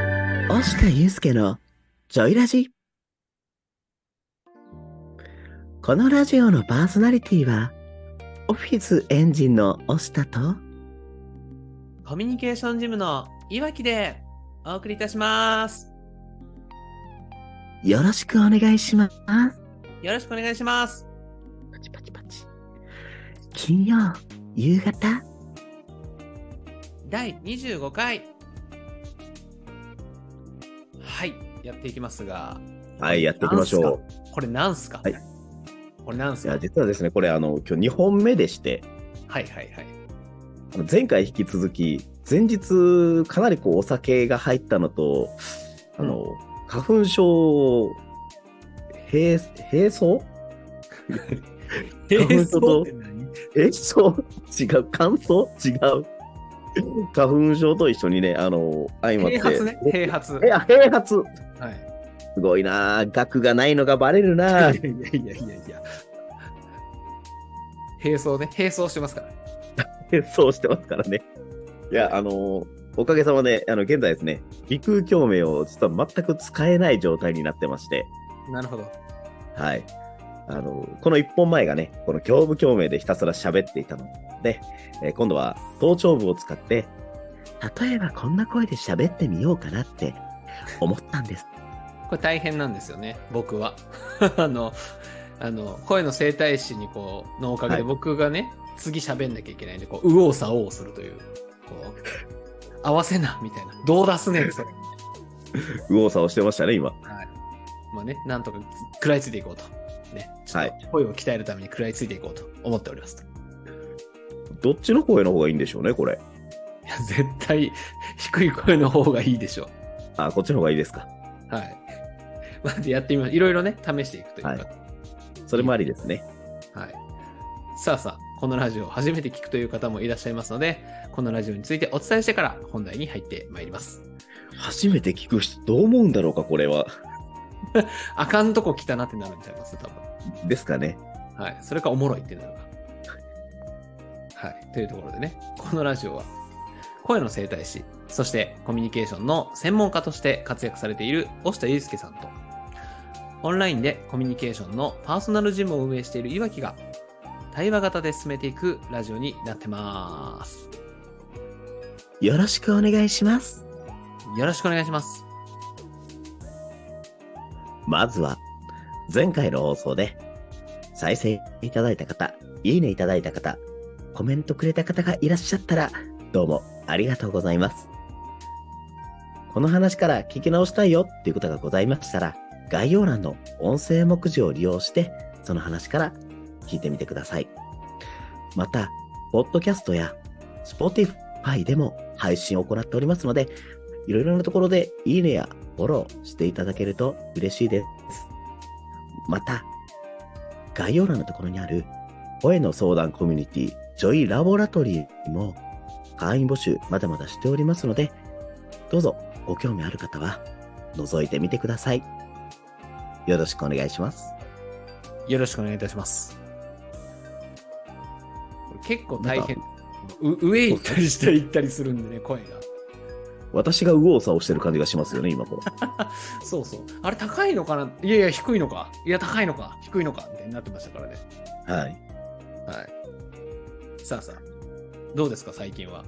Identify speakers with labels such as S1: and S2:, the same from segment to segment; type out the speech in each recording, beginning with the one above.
S1: 押川祐介のジョイラジこのラジオのパーソナリティはオフィスエンジンの押川と
S2: コミュニケーションジムのいわきでお送りいたします。
S1: よろしくお願いします。
S2: よろしくお願いします。
S1: パチパチパチ。金曜夕方
S2: 第25回。はい、やっていきますが、
S3: はい、やっていきましょう。
S2: これなんすか、
S3: はい
S2: これなんす
S3: い
S2: か
S3: や、実はですね、これ、あの、今日2本目でして、
S2: はいはいはい。
S3: あの前回引き続き、前日、かなりこう、お酒が入ったのと、あの、花粉症、並、並走花
S2: 並
S3: 粉
S2: 走
S3: 症と
S2: って何
S3: 並走違う、乾燥違う。花粉症と一緒にね、あの、相まって。
S2: 併発ね、併発。はい
S3: や、併発
S2: い。
S3: すごいなぁ額がないのがバレる
S2: いや
S3: ないぁ
S2: やいやいやいや。並走ね、並走してますから。
S3: そうしてますからね。いや、あのーおかげさまで、あの、現在ですね、鼻腔共鳴を実は全く使えない状態になってまして、
S2: なるほど。
S3: はい。あのーこの一本前がね、この胸部共鳴でひたすら喋っていたので、えー今度は頭頂部を使って、
S1: 例えばこんな声で喋ってみようかなって思ったんです。
S2: これ大変なんですよね、僕は。 あの、あの、声の整体師にこう、のおかげ
S3: は
S2: で
S3: い
S2: 僕がね、次喋んなきゃいけないんで、こう、右往左往するという、こう、合わせな、みたいな。どう出すねん、それ。
S3: 右往左往してましたね、今。
S2: まあね、なんとか食らいついていこうと。ね。ちょっと声を鍛えるために食らいついていこうと思っておりますと。い
S3: どっちの声の方がいいんでしょうね、これ。
S2: や、絶対、低い声の方がいいでしょう。
S3: あ、こっちの方がいいですか。
S2: はい。まあ、やってみます。いろいろね、試していくというか。は
S3: はいい。それもありですね。
S2: さあさあ、このラジオを初めて聞くという方もいらっしゃいますので、このラジオについてお伝えしてから本題に入ってまいります。
S3: 初めて聞く人、どう思うんだろうか、これは。
S2: あかんとこ来たなってなるんちゃいます多分。
S3: ですかね。
S2: はい。それかおもろいってなるか。はい。というところでね、このラジオは、声の整体師、そしてコミュニケーションの専門家として活躍されている押田祐介さんと、オンラインでコミュニケーションのパーソナルジムを運営している岩木が、対話型で進めていくラジオになってます。
S1: よろしくお願いします。
S2: よろしくお願いします。
S3: まずは、前回の放送で、
S1: 再生いただいた方、いいねいただいた方、コメントくれた方がいらっしゃったら、どうもありがとうございます。この話から聞き直したいよっていうことがございましたら、概要欄の音声目次を利用して、その話から聞いてみてください。また、ポッドキャストや Spotify でも配信を行っておりますので、いろいろなところでいいねやフォローしていただけると嬉しいです。また、概要欄のところにある声の相談コミュニティジョイラボラトリーも会員募集まだまだしておりますのでどうぞご興味ある方は覗いてみてくださいよろしくお願いします
S2: よろしくお願いいたします。これ結構大変。う上行ったり下行ったりするんでね、声が。
S3: 私が右往左往してる感じがしますよね、今これ。
S2: そうそう。あれ高いのかないやいや、低いのかいや、高いのか低いのかみたいになってましたからね。
S3: はい。
S2: はい。さあさあ、どうですか、最近は。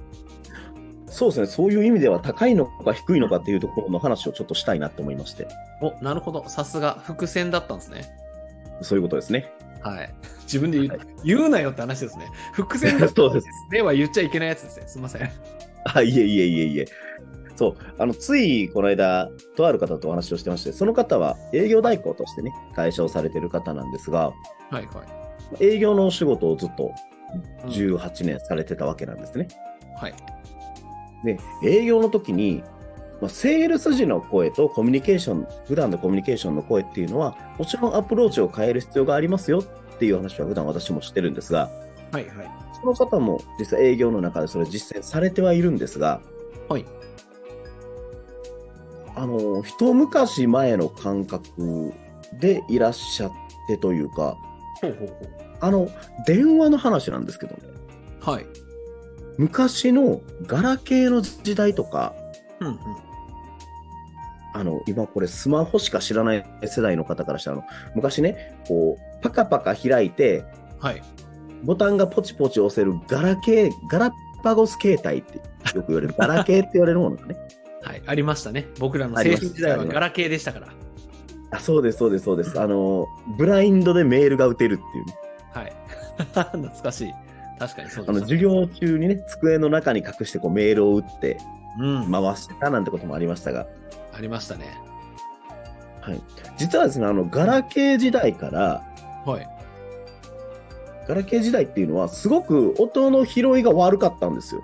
S3: そうですね、そういう意味では高いのか低いのかっていうところの話をちょっとしたいなと思いまして、
S2: お、なるほど。さすが、伏線だったんですね。
S3: そういうことですね。
S2: はい。自分で言う,、
S3: は
S2: 言うなよって話ですね。伏線だったんですねは言っちゃいけないやつですね。すいません。
S3: あ、いえいえいえいえ。そう、あの、ついこの間、とある方とお話をしてまして、その方は営業代行としてね、会社をされてる方なんですが、
S2: はいはい。
S3: 営業のお仕事をずっと
S2: うん
S3: 18年されてたわけなんですね。
S2: はい。
S3: で、営業の時に、まあセールス時の声とコミュニケーション、普段のコミュニケーションの声っていうのは、もちろんアプローチを変える必要がありますよっていう話は普段私もしてるんですが、
S2: はいはい。
S3: その方も実際営業の中でそれ実践されてはいるんですが、
S2: はい。
S3: あの、一昔前の感覚でいらっしゃってというか、
S2: ほうほうほ
S3: あの、電話の話なんですけどね、
S2: う。はい。
S3: 昔のガラケーの時代とか、
S2: うんうん。
S3: あの、今これスマホしか知らない世代の方からしたら、あの昔ね、こう、パカパカ開いて、
S2: はい。
S3: ボタンがポチポチ押せるガラケー、ガラッパゴス携帯ってよく言われる、ガラケーって言われるものがね。
S2: はい。ありましたね。僕らの青
S3: あり
S2: 春
S3: ます
S2: 時代は
S3: あります
S2: ガラケーでしたから。
S3: あ、そうです、そうです、そうです。あの、ブラインドでメールが打てるっていうね、
S2: はい。懐かしい。確かにそう
S3: あ
S2: で
S3: の、
S2: した。
S3: 授業中にね、机の中に隠してこうメールを打って
S2: うん。
S3: 回してたなんてこともありましたが、
S2: ありましたね。
S3: 実はですね、あの、ガラケー時代から、
S2: はい。
S3: ガラケー時代っていうのは、すごく音の拾いが悪かったんですよ、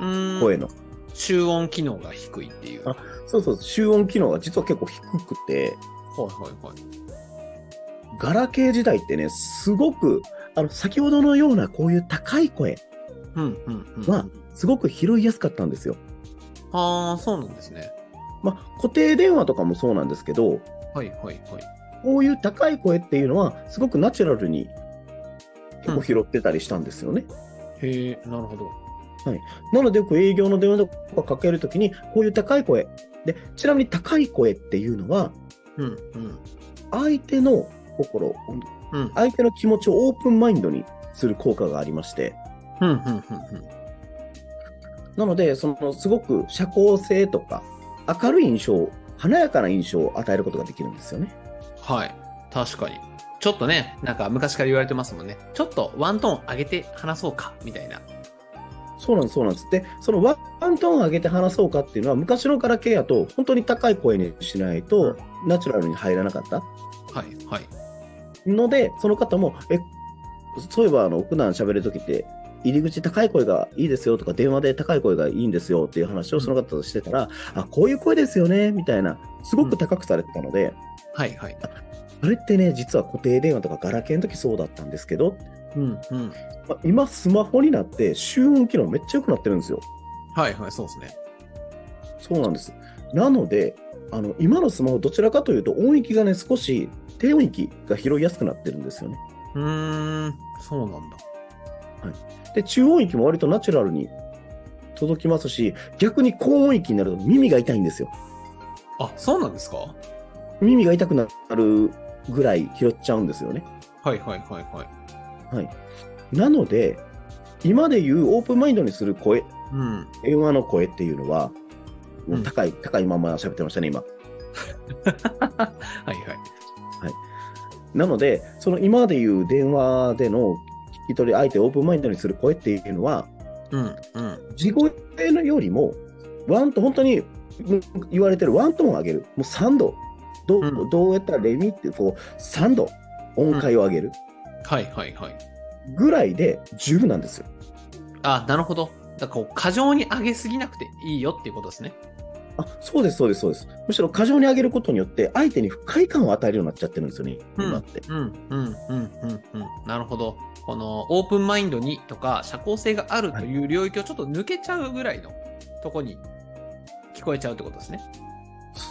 S2: うーん。
S3: 声の。
S2: 集音機能が低いっていう。
S3: あ
S2: はい
S3: そうそう、集音機能が実は結構低くて、
S2: はいはい。
S3: ガラケー時代ってね、すごく、あの、先ほどのようなこういう高い声、
S2: うんうんうん。
S3: はすごく拾いやすかったんですよ。
S2: ああ、そうなんですね。
S3: まあ、固定電話とかもそうなんですけど、
S2: はいはいはい。
S3: こういう高い声っていうのは、すごくナチュラルに結構拾ってたりしたんですよね。
S2: へえ、なるほど。
S3: なので、よく営業の電話とかかけるときに、こういう高い声。で、ちなみに高い声っていうのは、
S2: うんうん。
S3: 相手の心、
S2: うん。
S3: 相手の気持ちをオープンマインドにする効果がありまして、
S2: うんうんうんうん。
S3: なので、そのすごく社交性とか、明るい印象、華やかな印象を与えることができるんですよね。
S2: はい。確かに。ちょっとね、なんか昔から言われてますもんね。ちょっとワントーン上げて話そうか、みたいな。
S3: そうなんです、そうなんです。で、そのワントーン上げて話そうかっていうのは、昔のガラケーやと、本当に高い声にしないと、ナチュラルに入らなかった
S2: はいはい。
S3: ので、その方も、え、そういえば、あの、普段喋るときって、入り口高い声がいいですよとか、電話で高い声がいいんですよっていう話をその方としてたら、あ、こういう声ですよね、みたいな、すごく高くされてたので、
S2: はいはい。
S3: それってね、実は固定電話とかガラケーの時そうだったんですけど、
S2: うんうん。
S3: まあ今スマホになって集音機能めっちゃ良くなってるんですよ。
S2: はいはい、そうですね。
S3: そうなんです。なので、あの今のスマホどちらかというと音域がね、少し低音域が拾いやすくなってるんですよね。
S2: うーん、そうなんだ。
S3: で、中音域も割とナチュラルに届きますし、逆に高音域になると耳が痛いんですよ。
S2: あ、そうなんですかは
S3: 耳が痛くなるぐらい拾っちゃうんですよね。
S2: いはいはいはい。
S3: はい。なので、今で言うオープンマインドにする声
S2: うん。
S3: 電話の声っていうのは、もううん高い、高いまま喋ってましたね、今。
S2: はいはい。
S3: なので、その今までいう電話での聞き取り、相手をオープンマインドにする声っていうのは、
S2: うんうん。
S3: 地声よりも、ワンと本当にうん言われてるワントーンを上げる、もう3度、ど,、う
S2: うん
S3: どうやったらレミってこう3度音階を上げる
S2: はいはいはい。
S3: ぐらいで十分なんですよ。
S2: あ、なるほど。だからこう、過剰に上げすぎなくていいよっていうことですね。
S3: あそうです、そうです、そうです。むしろ過剰に上げることによって、相手に不快感を与えるようになっちゃってるんですよね、今って。
S2: うんうんうんうんうん。なるほど。このオープンマインドにとか社交性があるという領域をちょっと抜けちゃうぐらいのとこに聞こえちゃうってことですね。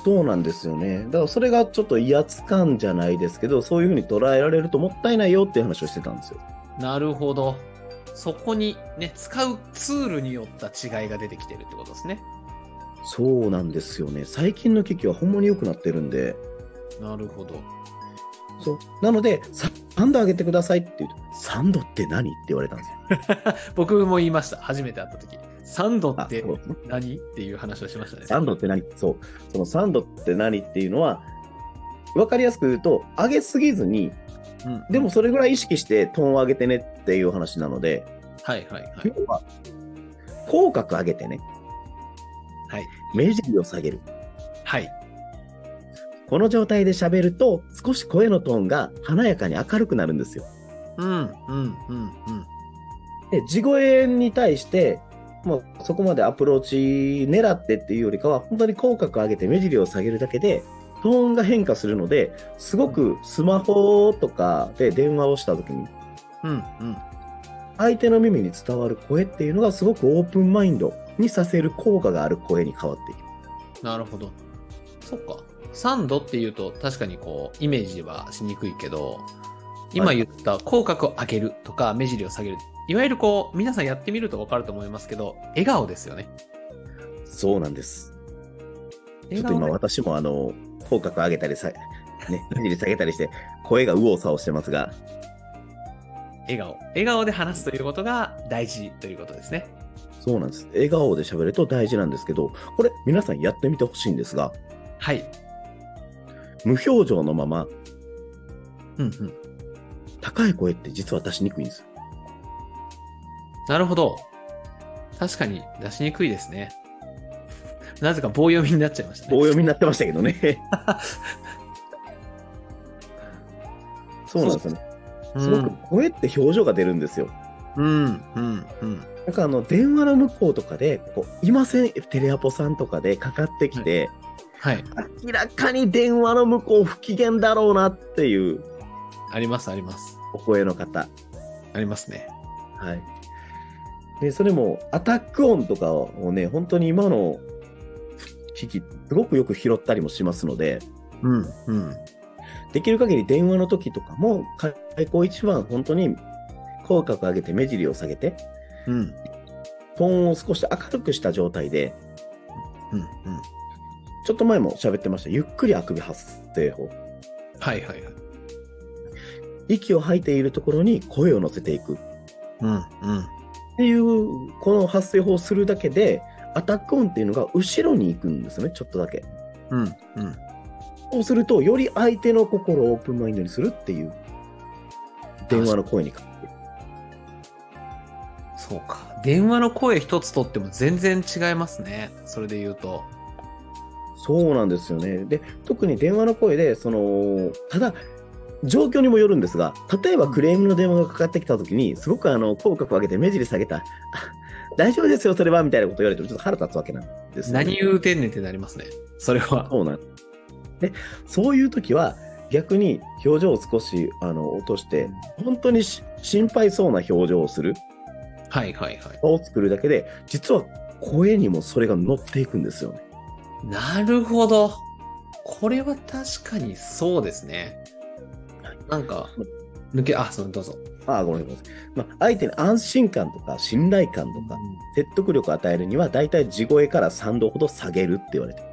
S3: そうなんですよね。だからそれがちょっと威圧感じゃないですけど、そういうふうに捉えられるともったいないよっていう話をしてたんですよ。
S2: なるほど。そこにね、使うツールによった違いが出てきてるってことですね。
S3: そうなんですよね。最近の機器はほんまに良くなってるんで。
S2: なるほど。
S3: そう。なので、さ3度上げてくださいって言うと、3度って何って言われたんですよ。
S2: 僕も言いました。初めて会った時。サンド
S3: あ
S2: っ、て
S3: そうですね。
S2: 何っていう話をしましたね。
S3: 3度って何そう。その3度って何っていうのは、わかりやすく言うと、上げすぎずに、
S2: うん
S3: でも、それぐらい意識してトーンを上げてねっていう話なので、
S2: はいはいはい。
S3: 要は、口角上げてね、
S2: はい。
S3: 目尻を下げる。
S2: はい。
S3: この状態で喋ると少し声のトーンが華やかに明るくなるんですよ。
S2: うんうんうんうん。
S3: で地声に対してもうそこまでアプローチ狙ってっていうよりかは本当に口角上げて目尻を下げるだけでトーンが変化するのですごくスマホとかで電話をした時に
S2: うんうん。
S3: 相手の耳に伝わる声っていうのがすごくオープンマインドにさせる効果がある声に変わっていく。
S2: なるほど。そっか。サンドっていうと確かにこう、イメージはしにくいけど、今言った口角を上げるとか目尻を下げる。いわゆるこう、皆さんやってみるとわかると思いますけど、笑顔ですよね。
S3: そうなんです。ちょ
S2: 笑
S3: っと今私もあの、口角上げたりさ、ね、肘下げたりして、声が右往左往してますが、
S2: 笑顔。笑顔で話すということが大事ということですね。
S3: そうなんです。笑顔で喋ると大事なんですけど、これ皆さんやってみてほしいんですが、
S2: はい。
S3: 無表情のまま
S2: うんうん。
S3: 高い声って実は出しにくいんですよ。
S2: なるほど。確かに出しにくいですね。なぜか棒読みになっちゃいましたね。
S3: 棒読みになってましたけど ね。そうなんですよね。すごく声って表情が出るんですよ。
S2: うん、うん、うん。
S3: なんかあの電話の向こうとかで、こういません、テレアポさんとかでかかってきて、
S2: はい。
S3: 明らかに電話の向こう不機嫌だろうなっていう
S2: あります、あります。
S3: お声の方。
S2: ありますね。
S3: はい。で、それもアタック音とかをね、本当に今の機器、すごくよく拾ったりもしますので、
S2: うん、うん。
S3: できる限り電話の時とかも、開口一番本当に口角上げて目尻を下げて、
S2: うん、
S3: トーンを少し明るくした状態で、
S2: うん、うん。
S3: ちょっと前も喋ってました。ゆっくりあくび発声法。
S2: はい、はい、はい。
S3: 息を吐いているところに声を乗せていくっ
S2: うん、うん。
S3: ていう、この発声法をするだけで、アタック音っていうのが後ろに行くんですよね、ちょっとだけ。
S2: うん、うん。
S3: そうすると、より相手の心をオープンマインドにするっていう、電話の声にか
S2: そうか。電話の声一つとっても全然違いますね。それで言うと。
S3: そうなんですよね。で、特に電話の声で、その、ただ、状況にもよるんですが、例えばクレームの電話がかかってきたときに、すごくあの、口角を上げて目尻下げた、あ大丈夫ですよ、それは、みたいなこと言われても、ちょっと腹立つわけなんです、ね。
S2: 何言うてんねんってなりますね。それは。
S3: そうなんでそういう時は逆に表情を少しあの落として本当にし心配そうな表情をする
S2: はいはいは
S3: 顔を作るだけで実は声にもそれが乗っていくんですよね。
S2: い。なるほど。これは確かにそうですね。なんか、抜け、あ、そのどうぞ。
S3: ああごめんなさい、まあ、相手に安心感とか信頼感とか説得力を与えるには大体地声から3度ほど下げるって言われてる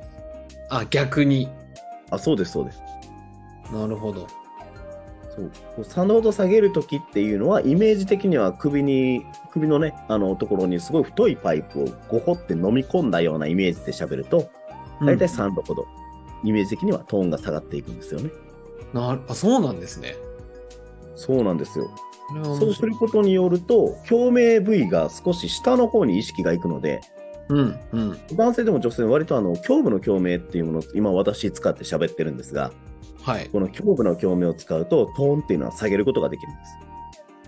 S2: あ、逆に。
S3: あそうですそうです
S2: なるほど。
S3: そう3度ほど下げる時っていうのはイメージ的には首に首のねあのところにすごい太いパイプをゴホって飲み込んだようなイメージで喋ると大体3度ほど、イメージ的にはトーンが下がっていくんですよね。
S2: うんなるあ、そうなんですね。
S3: そうなんですよ。
S2: これは面
S3: そ
S2: 白いう
S3: することによると、共鳴部位が少し下の方に意識がいくので、
S2: うん、うん。
S3: 男性でも女性でも割とあの胸部の共鳴っていうものを今私使って喋ってるんですが、
S2: はい。
S3: この胸部の共鳴を使うと、トーンっていうのは下げることができるんで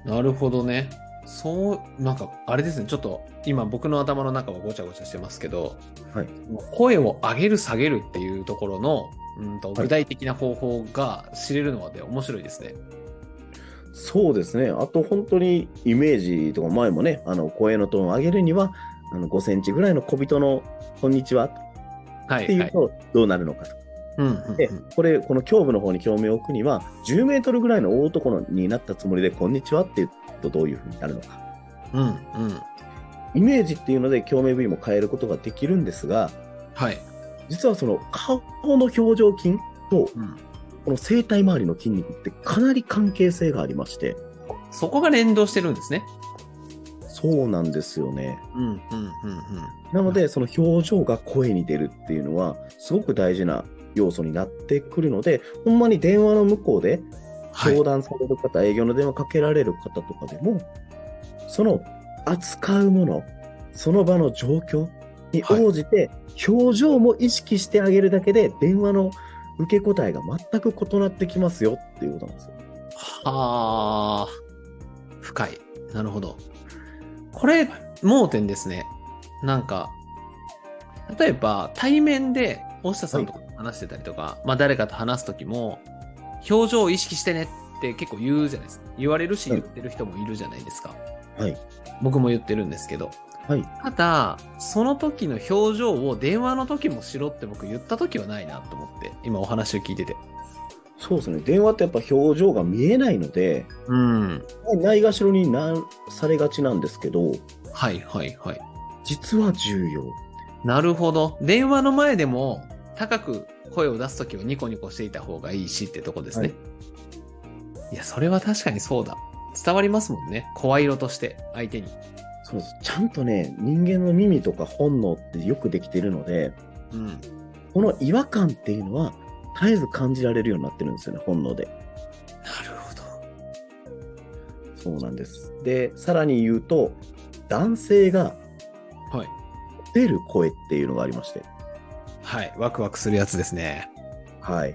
S3: す。
S2: なるほどね。そう、なんか、あれですね。ちょっと、今僕の頭の中はごちゃごちゃしてますけど、
S3: はい
S2: 声を上げる、下げるっていうところの、うんと
S3: はい
S2: 具体的な方法が知れるので面白いですね。
S3: そうですね。あと本当にイメージとか前もね、あの声のトーンを上げるには、あの5センチぐらいの小人のこんにちはっ
S2: はい、
S3: てい
S2: は
S3: う
S2: い。
S3: とどうなるのかと。
S2: うん、うん
S3: で
S2: うん。
S3: これ、この胸部の方に共鳴を置くには、10メートルぐらいの大男になったつもりで、こんにちはって言うとどういう風になるのか。
S2: うん、うん。
S3: イメージっていうので共鳴部位も変えることができるんですが、
S2: はい。
S3: 実はその顔の表情筋と、
S2: うん
S3: この声帯周りの筋肉ってかなり関係性がありまして、
S2: そこが連動してるんですね。
S3: そうなんですよね。
S2: うん、うん、うん、
S3: なので、その表情が声に出るっていうのは、すごく大事な要素になってくるので、ほんまに電話の向こうで
S2: うん。はい
S3: 相。談される方、営業の電話かけられる方とかでも、その扱うもの、その場の状況に応じて、表情も意識してあげるだけで、電話の受け答えが全く異なってきますよっていうことなんですよ。
S2: はあ、深い。なるほど。これ、盲点ですね。なんか、例えば、対面で、大下さんとかと話してたりとか、まあ誰かと話すときも、表情を意識してねって結構言うじゃないですか。言われるし、
S3: は
S2: 言
S3: い
S2: ってる人もいるじゃないですか。
S3: はい。
S2: 僕も言ってるんですけど。
S3: はい
S2: ただ、その時の表情を電話の時もしろって僕言った時はないなと思って、今お話を聞いてて。
S3: そうですね。電話ってやっぱ表情が見えないので、
S2: うん。
S3: ないがしろになされがちなんですけど、
S2: はいはいはい。
S3: 実は重要。
S2: なるほど。電話の前でも、高く声を出すときはニコニコしていた方がいいしってとこですね。い、や、それは確かにそうだ。伝わりますもんね。声色として、相手に。
S3: そうです。ちゃんとね、人間の耳とか本能ってよくできてるので、
S2: うん。
S3: この違和感っていうのは、絶えず感じられるようになってるんですよね、本能で。
S2: なるほど。
S3: そうなんです。で、さらに言うと、男性が
S2: はい。
S3: 出る声っていうのがありまして、
S2: はい。ワクワクするやつですね。
S3: はい。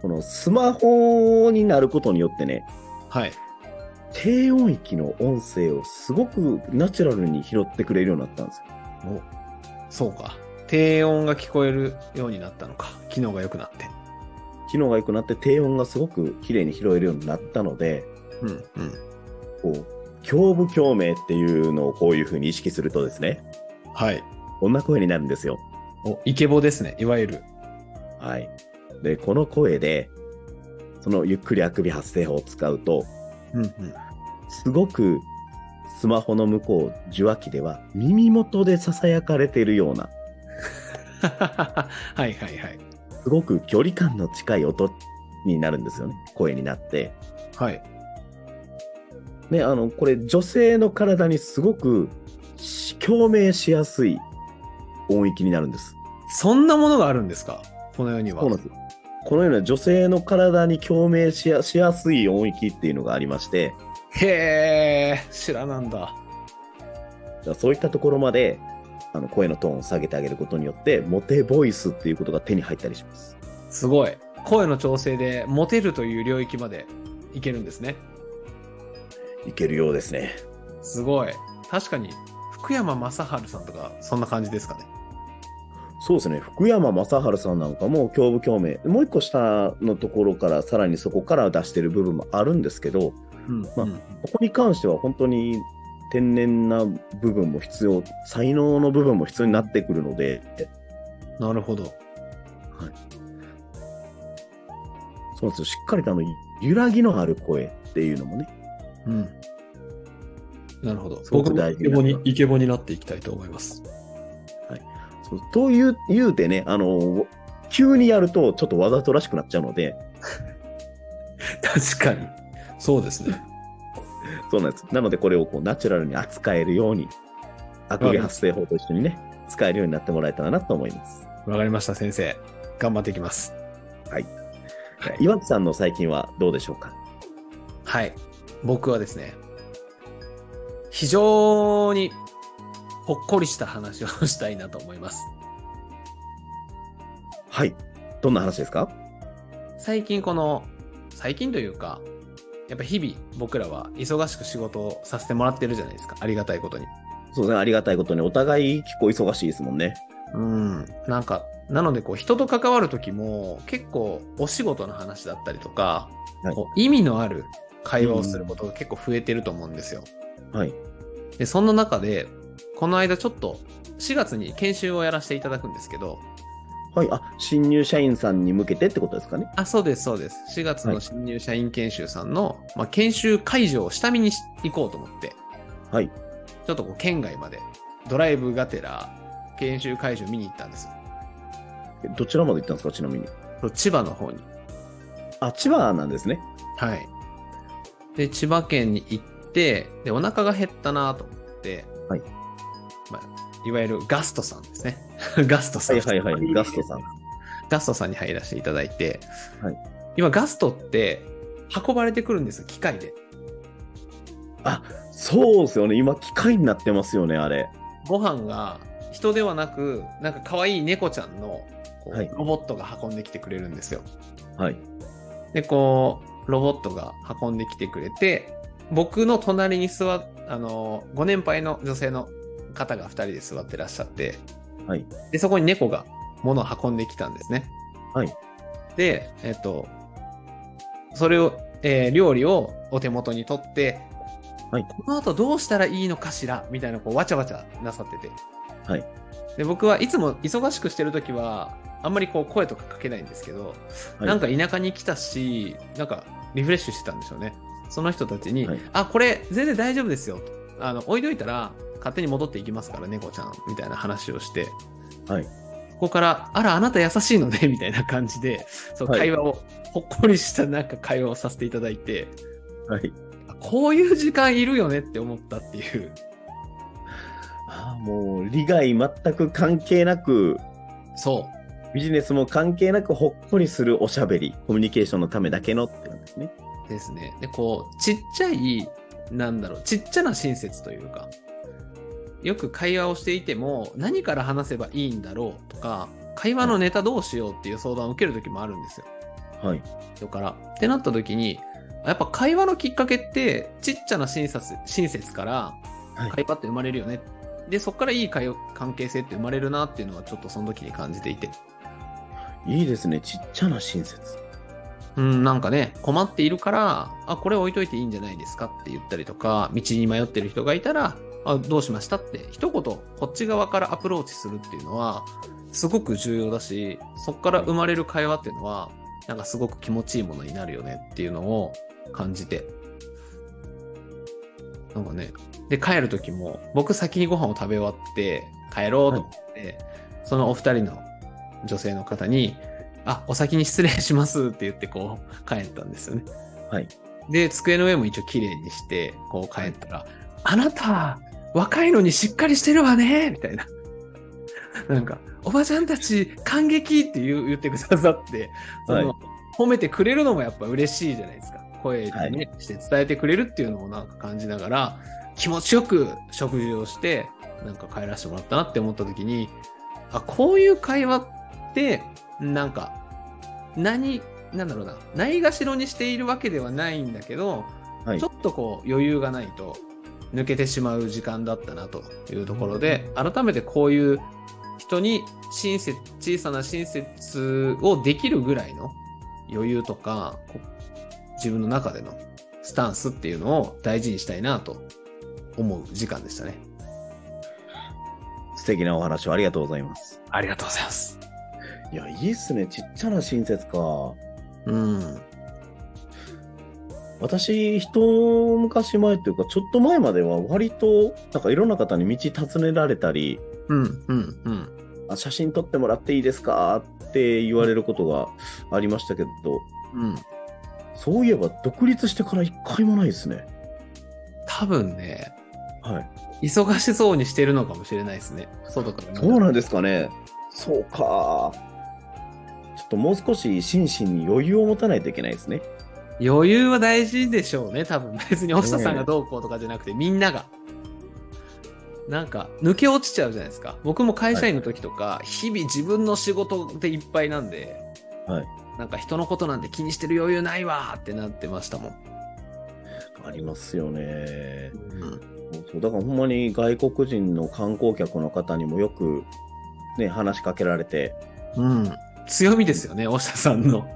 S3: このスマホになることによってね、
S2: はい。
S3: 低音域の音声をすごくナチュラルに拾ってくれるようになったんですよ。
S2: おそうか。低音が聞こえるようになったのか。機能が良くなって。
S3: 機能が良くなって低音がすごく綺麗に拾えるようになったので、
S2: うん。うん。
S3: こう、胸部共鳴っていうのをこういう風に意識するとですね、
S2: はい。
S3: こんな声になるんですよ。
S2: お、イケボですね。いわゆる。
S3: はい。で、この声で、そのゆっくりあくび発声法を使うと、
S2: うんうん。
S3: すごくスマホの向こう、受話器では耳元で囁かれているような、
S2: はいはいはい。
S3: すごく距離感の近い音になるんですよね。声になって。
S2: はい。
S3: ね、あの、これ女性の体にすごくし共鳴しやすい音域になるんです。
S2: そんなものがあるんですかこの世には。
S3: そうなんです。このような女性の体に共鳴しやしやすい音域っていうのがありまして、
S2: へえ、知らなんだ。
S3: だからそういったところまであの声のトーンを下げてあげることによってモテボイスっていうことが手に入ったりします
S2: すごい。声の調整でモテるという領域までいけるんですね。
S3: いけるようですね
S2: すごい。確かに、福山雅治さんとか、そんな感じですかね。
S3: そうですね福山雅治さんなんかも胸部共鳴もう一個下のところからさらにそこから出してる部分もあるんですけど
S2: うん。
S3: まあ
S2: うん
S3: ここに関しては本当に天然な部分も必要才能の部分も必要になってくるので
S2: なるほど。
S3: そうなんですよしっかりとあの揺らぎのある声っていうのもね
S2: うん。なるほど。
S3: すご
S2: 僕
S3: く
S2: もイ
S3: 大
S2: ケ
S3: 事
S2: ボ
S3: な
S2: に、イケボになっていきたいと思います。
S3: そうという言うてねあの急にやるとちょっとわざとらしくなっちゃうので
S2: 確かに。そうですね。
S3: そうなんです。なので、これをこうナチュラルに扱えるように、アクゲ発生法と一緒にね、使えるようになってもらえたらなと思います。
S2: わかりました、先生。頑張っていきます。はい
S3: 岩木さんの最近はどうでしょうか
S2: はい。僕はですね、非常にほっこりした話をしたいなと思います。
S3: はい。どんな話ですか
S2: 最近この最近というかやっぱ日々僕らは忙しく仕事をさせてもらってるじゃないですかありがたいことに
S3: そうですね。ありがたいことに、お互い結構忙しいですもんね。
S2: うんなんかなのでこう人と関わる時も結構お仕事の話だったりとか、
S3: はい
S2: こう意味のある会話をすることが結構増えてると思うんですよ、
S3: はい。
S2: でそんな中でこの間ちょっと4月に研修をやらせていただくんですけど
S3: はい。あ、新入社員さんに向けてってことですかね。
S2: あそうですそうです4月の新入社員研修さんの、まあ、研修会場を下見にし行こうと思って
S3: はい。
S2: ちょっとこう県外までドライブがてら研修会場見に行ったんですよ
S3: えどちらまで行ったんですかちなみに。
S2: そう千葉の方に
S3: あ、千葉なんですね。
S2: はいで千葉県に行ってでお腹が減ったなと思って、
S3: はい
S2: まあ、いわゆるガストさんですね ガストさ
S3: は
S2: ん
S3: いはいはい。ガストさん。
S2: ガストさんに入らせていただいて、
S3: はい
S2: 今ガストって運ばれてくるんですよ機械で
S3: そうですよね。今、機械になってますよね、あれ。
S2: ご飯が人ではなくなんか可愛い猫ちゃんのこう
S3: はい
S2: ロボットが運んできてくれるんですよ、
S3: はい。
S2: で、こう、ロボットが運んできてくれて、僕の隣に座っ、あの、ご年配の女性の方が2人で座ってらっしゃって、
S3: はい。
S2: で、そこに猫が物を運んできたんですね。
S3: はい。
S2: で、えっと、それを、えー料理をお手元に取って、
S3: はい
S2: この後どうしたらいいのかしらみたいな、こう、わちゃわちゃなさってて。
S3: はい。
S2: で、僕はいつも忙しくしてるときは、あんまりこう、声とかかけないんですけど、
S3: はい
S2: なんか田舎に来たし、なんかリフレッシュしてたんでしょうね。その人たちに、
S3: はい
S2: あ、これ全然大丈夫ですよと。あの、置いといたら勝手に戻っていきますから、猫ちゃんみたいな話をして。
S3: はい
S2: ここから、あら、あなた優しいのね、みたいな感じで、そう、
S3: はい
S2: 会話を、ほっこりしたなんか会話をさせていただいて、
S3: はい。
S2: あこういう時間いるよねって思ったっていう。
S3: ああもう、利害全く関係なく、
S2: そ
S3: ビジネスも関係なくほっこりするおしゃべり、コミュニケーションのためだけのってなんですね。
S2: うですね。で、こう、ちっちゃい、なんだろう、ちっちゃな親切というか、よく会話をしていても、何から話せばいいんだろうとか、会話のネタどうしようっていう相談を受ける時もあるんですよ。
S3: はい。
S2: 人から。ってなった時に、やっぱ会話のきっかけって、ちっちゃな親切親切から
S3: はい
S2: 会話って生まれるよね。で、そこからいい会話関係性って生まれるなっていうのはちょっとその時に感じていて。
S3: いいですね。ちっちゃな親切。
S2: うん、なんかね、困っているから、あ、これ置いといていいんじゃないですかって言ったりとか、道に迷ってる人がいたら、あ、どうしましたって、一言、こっち側からアプローチするっていうのは、すごく重要だし、そこから生まれる会話っていうのは、なんかすごく気持ちいいものになるよねっていうのを感じて。なんかね、で、帰る時も、僕先にご飯を食べ終わって、帰ろうと思って、そのお二人の女性の方に、あ、お先に失礼しますって言ってこう帰ったんですよね。
S3: はい。
S2: で、机の上も一応綺麗にして、こう帰ったら、あなた、若いのにしっかりしてるわねみたいな。なんか、おばちゃんたち感激って言う言ってくださって、その、
S3: は
S2: 褒めてくれるのもやっぱ嬉しいじゃないですか。声でね、
S3: はい
S2: して伝えてくれるっていうのもなんか感じながら、気持ちよく食事をして、なんか帰らせてもらったなって思った時に、あ、こういう会話って、なんか、何、なんだろうな、ないがしろにしているわけではないんだけど、
S3: はい
S2: ちょっとこう余裕がないと抜けてしまう時間だったなというところで、改めてこういう人に親切、小さな親切をできるぐらいの余裕とか、こう自分の中でのスタンスっていうのを大事にしたいなと思う時間でしたね。
S3: 素敵なお話をありがとうございます。
S2: ありがとうございます。
S3: いや、いいっすね。ちっちゃな親切か。
S2: うん。
S3: 私、一昔前というか、ちょっと前までは割と、なんかいろんな方に道尋ねられたり、
S2: うん、うん、うん。
S3: あ写真撮ってもらっていいですかって言われることがありましたけど、
S2: うん。
S3: そういえば独立してから一回もないですね。
S2: 多分ね、
S3: はい。
S2: 忙しそうにしてるのかもしれないですね。外から。
S3: そうなんですかね。そうか。ちょっともう少し心身に余裕を持たないといけないですね。
S2: 余裕は大事でしょうね、多分。 別に、押下さんがどうこうとかじゃなくて、みんなが。なんか、抜け落ちちゃうじゃないですか。僕も会社員の時とか、日々自分の仕事でいっぱいなんで、
S3: はい
S2: なんか人のことなんて気にしてる余裕ないわーってなってましたもん。
S3: ありますよね。
S2: うん。
S3: そうだからほんまに外国人の観光客の方にもよく、ね、話しかけられて、
S2: うん、強みですよね、押下さんの。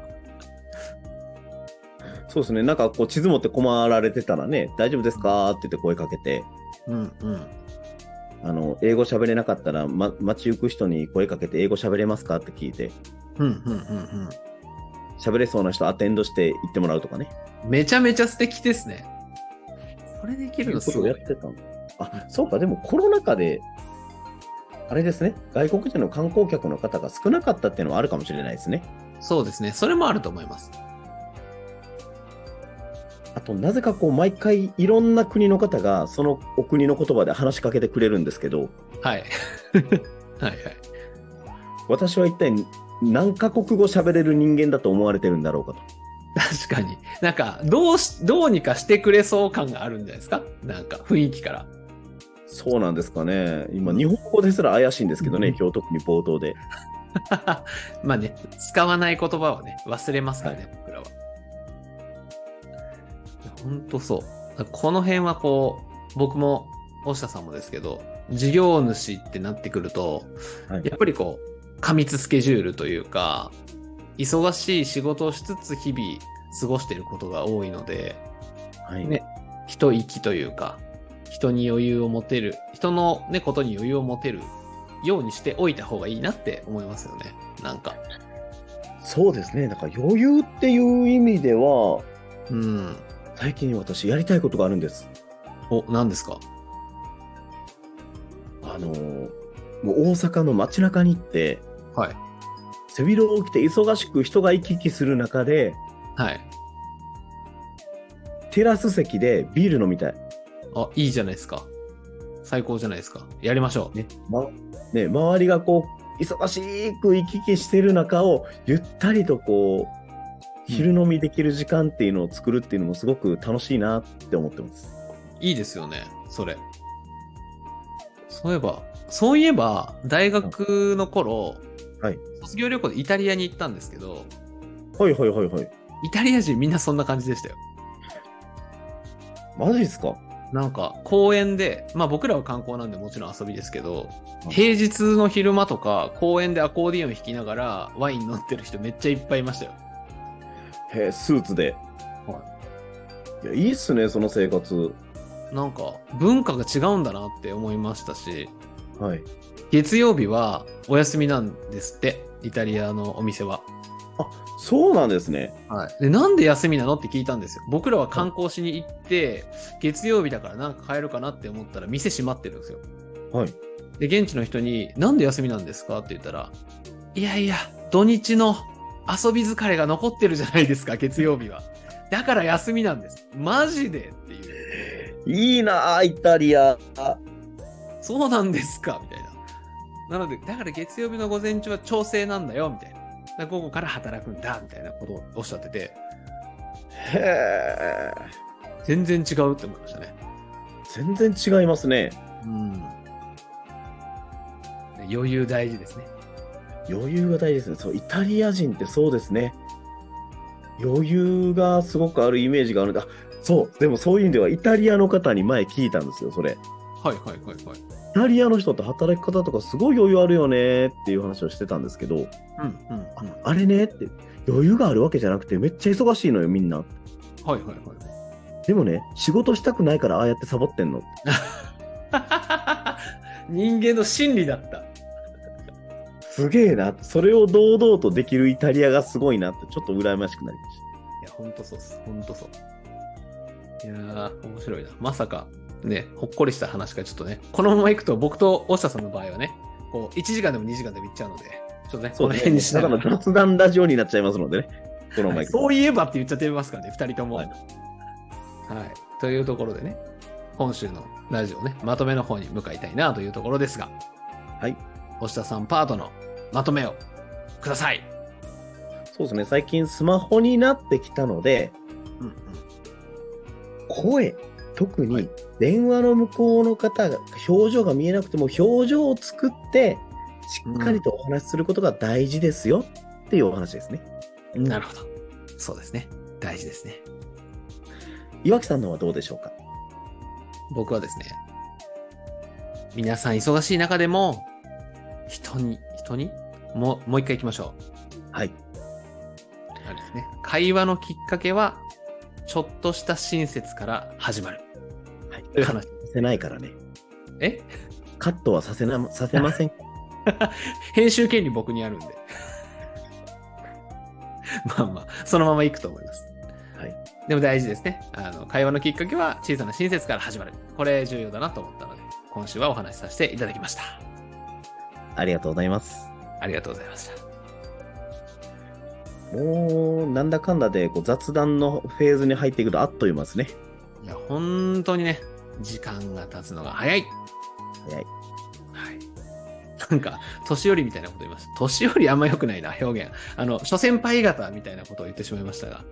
S3: そうですね、なんかこう地図持って困られてたらね、大丈夫ですかって言って声かけて、
S2: うん、うん。
S3: あの、英語喋れなかったら、ま、街行く人に声かけて、英語喋れますかって聞いて、
S2: うん、うん、うん、
S3: 喋れそうな人アテンドして行ってもらうとかね。
S2: うん。めちゃめちゃ素敵ですね。それできるのす
S3: そう
S2: ご
S3: やっ
S2: い。
S3: てたの。あ、そうか、でもコロナ禍で、あれですね、外国人の観光客の方が少なかったっていうのはあるかもしれないですね。
S2: そうですね。それもあると思います。
S3: あと、なぜかこう、毎回いろんな国の方が、そのお国の言葉で話しかけてくれるんですけど、
S2: はい。 はいはい。
S3: 私は一体何カ国語喋れる人間だと思われてるんだろうかと。
S2: 確かに。なんか、どうし、どうにかしてくれそう感があるんじゃないですかなんか、雰囲気から。
S3: そうなんですかね。今、日本語ですら怪しいんですけどね、
S2: うん
S3: 今日特に冒頭で。
S2: まあね、使わない言葉はね、忘れますからね、僕らは。ほんとそう。この辺はこう、僕も、大下さんもですけど、事業主ってなってくると、
S3: はい
S2: やっぱりこう、過密スケジュールというか、忙しい仕事をしつつ日々過ごしていることが多いので、
S3: はい
S2: ね人行きというか、人に余裕を持てる、人のね、ことに余裕を持てるようにしておいた方がいいなって思いますよね。なんか。
S3: そうですね。なんか余裕っていう意味では、
S2: うん。
S3: 最近私やりたいことがあるんです。
S2: お、何ですか
S3: あのーもう大阪の街中に行って、
S2: はい。
S3: 背広を着て忙しく人が行き来する中で、
S2: はい。
S3: テラス席でビール飲みたい。
S2: あ、いいじゃないですか。最高じゃないですか。やりましょう。
S3: まね、周りがこう忙しく行き来してる中をゆったりとこう昼飲みできる時間っていうのを作るっていうのもすごく楽しいなって思ってます。
S2: いいですよね、それ。そういえば、そういえば、大学の頃、
S3: はい
S2: 卒業旅行でイタリアに行ったんですけど、
S3: はいはいはいはい。
S2: イタリア人みんなそんな感じでしたよ。
S3: マジですか
S2: なんか公園で、まあ僕らは観光なんでもちろん遊びですけど、
S3: うん
S2: 平日の昼間とか公園でアコーディオン弾きながらワイン飲んでる人めっちゃいっぱいいましたよ。
S3: へえスーツで。いや、いいっすね、その生活。
S2: なんか文化が違うんだなって思いましたし、
S3: はい。
S2: 月曜日はお休みなんですって、イタリアのお店は。
S3: そうなんですね。
S2: はい、でなんで休みなのって聞いたんですよ。僕らは観光しに行って、月曜日だからなんか買えるかなって思ったら店閉まってるんですよ。
S3: はい。
S2: で、現地の人に、なんで休みなんですかって言ったら、いやいや、土日の遊び疲れが残ってるじゃないですか、月曜日は。だから休みなんです。マジでっていう。
S3: いいなあイタリア。
S2: そうなんですかみたいな。なので、だから月曜日の午前中は調整なんだよ、みたいな。だから午後から働くんだ、みたいなことをおっしゃってて、
S3: へえ。
S2: 全然違うって思いましたね。
S3: 全然違いますね。
S2: うん。余裕大事ですね。
S3: 余裕が大事ですね。そう、イタリア人ってそうですね。余裕がすごくあるイメージがあるんだ。あそう、でもそういう意味では、イタリアの方に前聞いたんですよ、それ。イ
S2: はいはいはいはい。
S3: タリアの人って働き方とかすごい余裕あるよねっていう話をしてたんですけど、
S2: うんうんうん。
S3: ああれねって、余裕があるわけじゃなくて、めっちゃ忙しいのよ、みんな。
S2: はいはいはい。
S3: でもね、仕事したくないからああやってサボってんの。
S2: 人間の心理だった。
S3: すげえな。それを堂々とできるイタリアがすごいなって、ちょっと羨ましくなりまし
S2: いや、ほんとそうっす。ほんとそう。いやー、面白いな。まさか、ね、ほっこりした話がちょっとね、このまま行くと僕と大下さんの場合はね、こう、1時間でも2時間でも行っちゃうので、ちょっとね、
S3: た。
S2: この辺にしな
S3: だ
S2: が。
S3: からら雑談ラジオになっちゃいますのでね。この
S2: は
S3: 前
S2: いそういえばって言っちゃってますからね、2人とも。はい。というところでね、今週のラジオね、まとめの方に向かいたいなというところですが、
S3: はい。
S2: 星田さんパートのまとめをください。
S3: そうですね、最近スマホになってきたので、
S2: うんうん。
S3: 声、特
S2: は
S3: に
S2: い
S3: 電話の向こうの方が、表情が見えなくても表情を作って、しっかりとお話しすることが大事ですよっていうお話ですね。
S2: なるほど。そうですね。大事ですね。
S3: 岩木さんのはどうでしょうか
S2: 僕はですね、皆さん忙しい中でも、人に、人にもう、もう一回行きましょ
S3: はい。
S2: う。あれですね。会話のきっかけは、ちょっとした親切から始まる。
S3: はい、
S2: という
S3: カット
S2: 話。
S3: させないからね。
S2: え
S3: カットはさせな、させま せん。
S2: 編集権利僕にあるんで。 まあまあ、そのまま行くと思います。
S3: はい。
S2: でも大事ですね。あの、会話のきっかけは小さな親切から始まる。これ重要だなと思ったので、今週はお話しさせていただきました。
S3: ありがとうございます。
S2: ありがとうございました。
S3: もう、なんだかんだでこう雑談のフェーズに入っていくとあっという間ですね。
S2: いや、本当にね、時間が経つのが早い。
S3: 早い。
S2: はい。なんか、年寄りみたいなこと言います。年寄りあんま良くないな、表現。あの、諸先輩方みたいなことを言ってしまいましたが。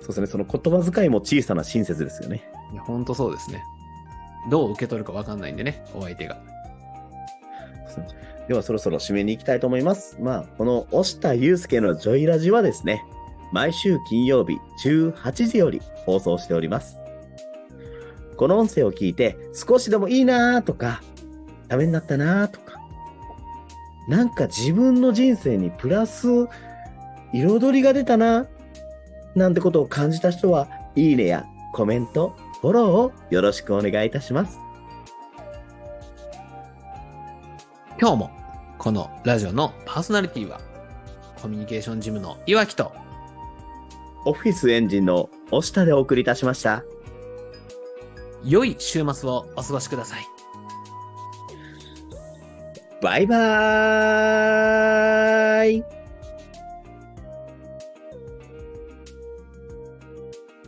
S3: そうですね、その言葉遣いも小さな親切ですよね。
S2: いや、本当そうですね。どう受け取るかわかんないんでね、お相手が。
S3: ではそろそろ締めに行きたいと思います。まあ、この押田祐介のジョイラジはですね、毎週金曜日18時より放送しております。この音声を聞いて少しでもいいなーとか、ためになったなーとか、なんか自分の人生にプラス彩りが出たな、なんてことを感じた人は、いいねやコメント、フォローをよろしくお願いいたします。
S2: 今日も、このラジオのパーソナリティは、コミュニケーションジムの岩木と、
S3: オフィスエンジンの押田でお送りいたしました。
S2: 良い週末をお過ごしください。
S3: バイバーイ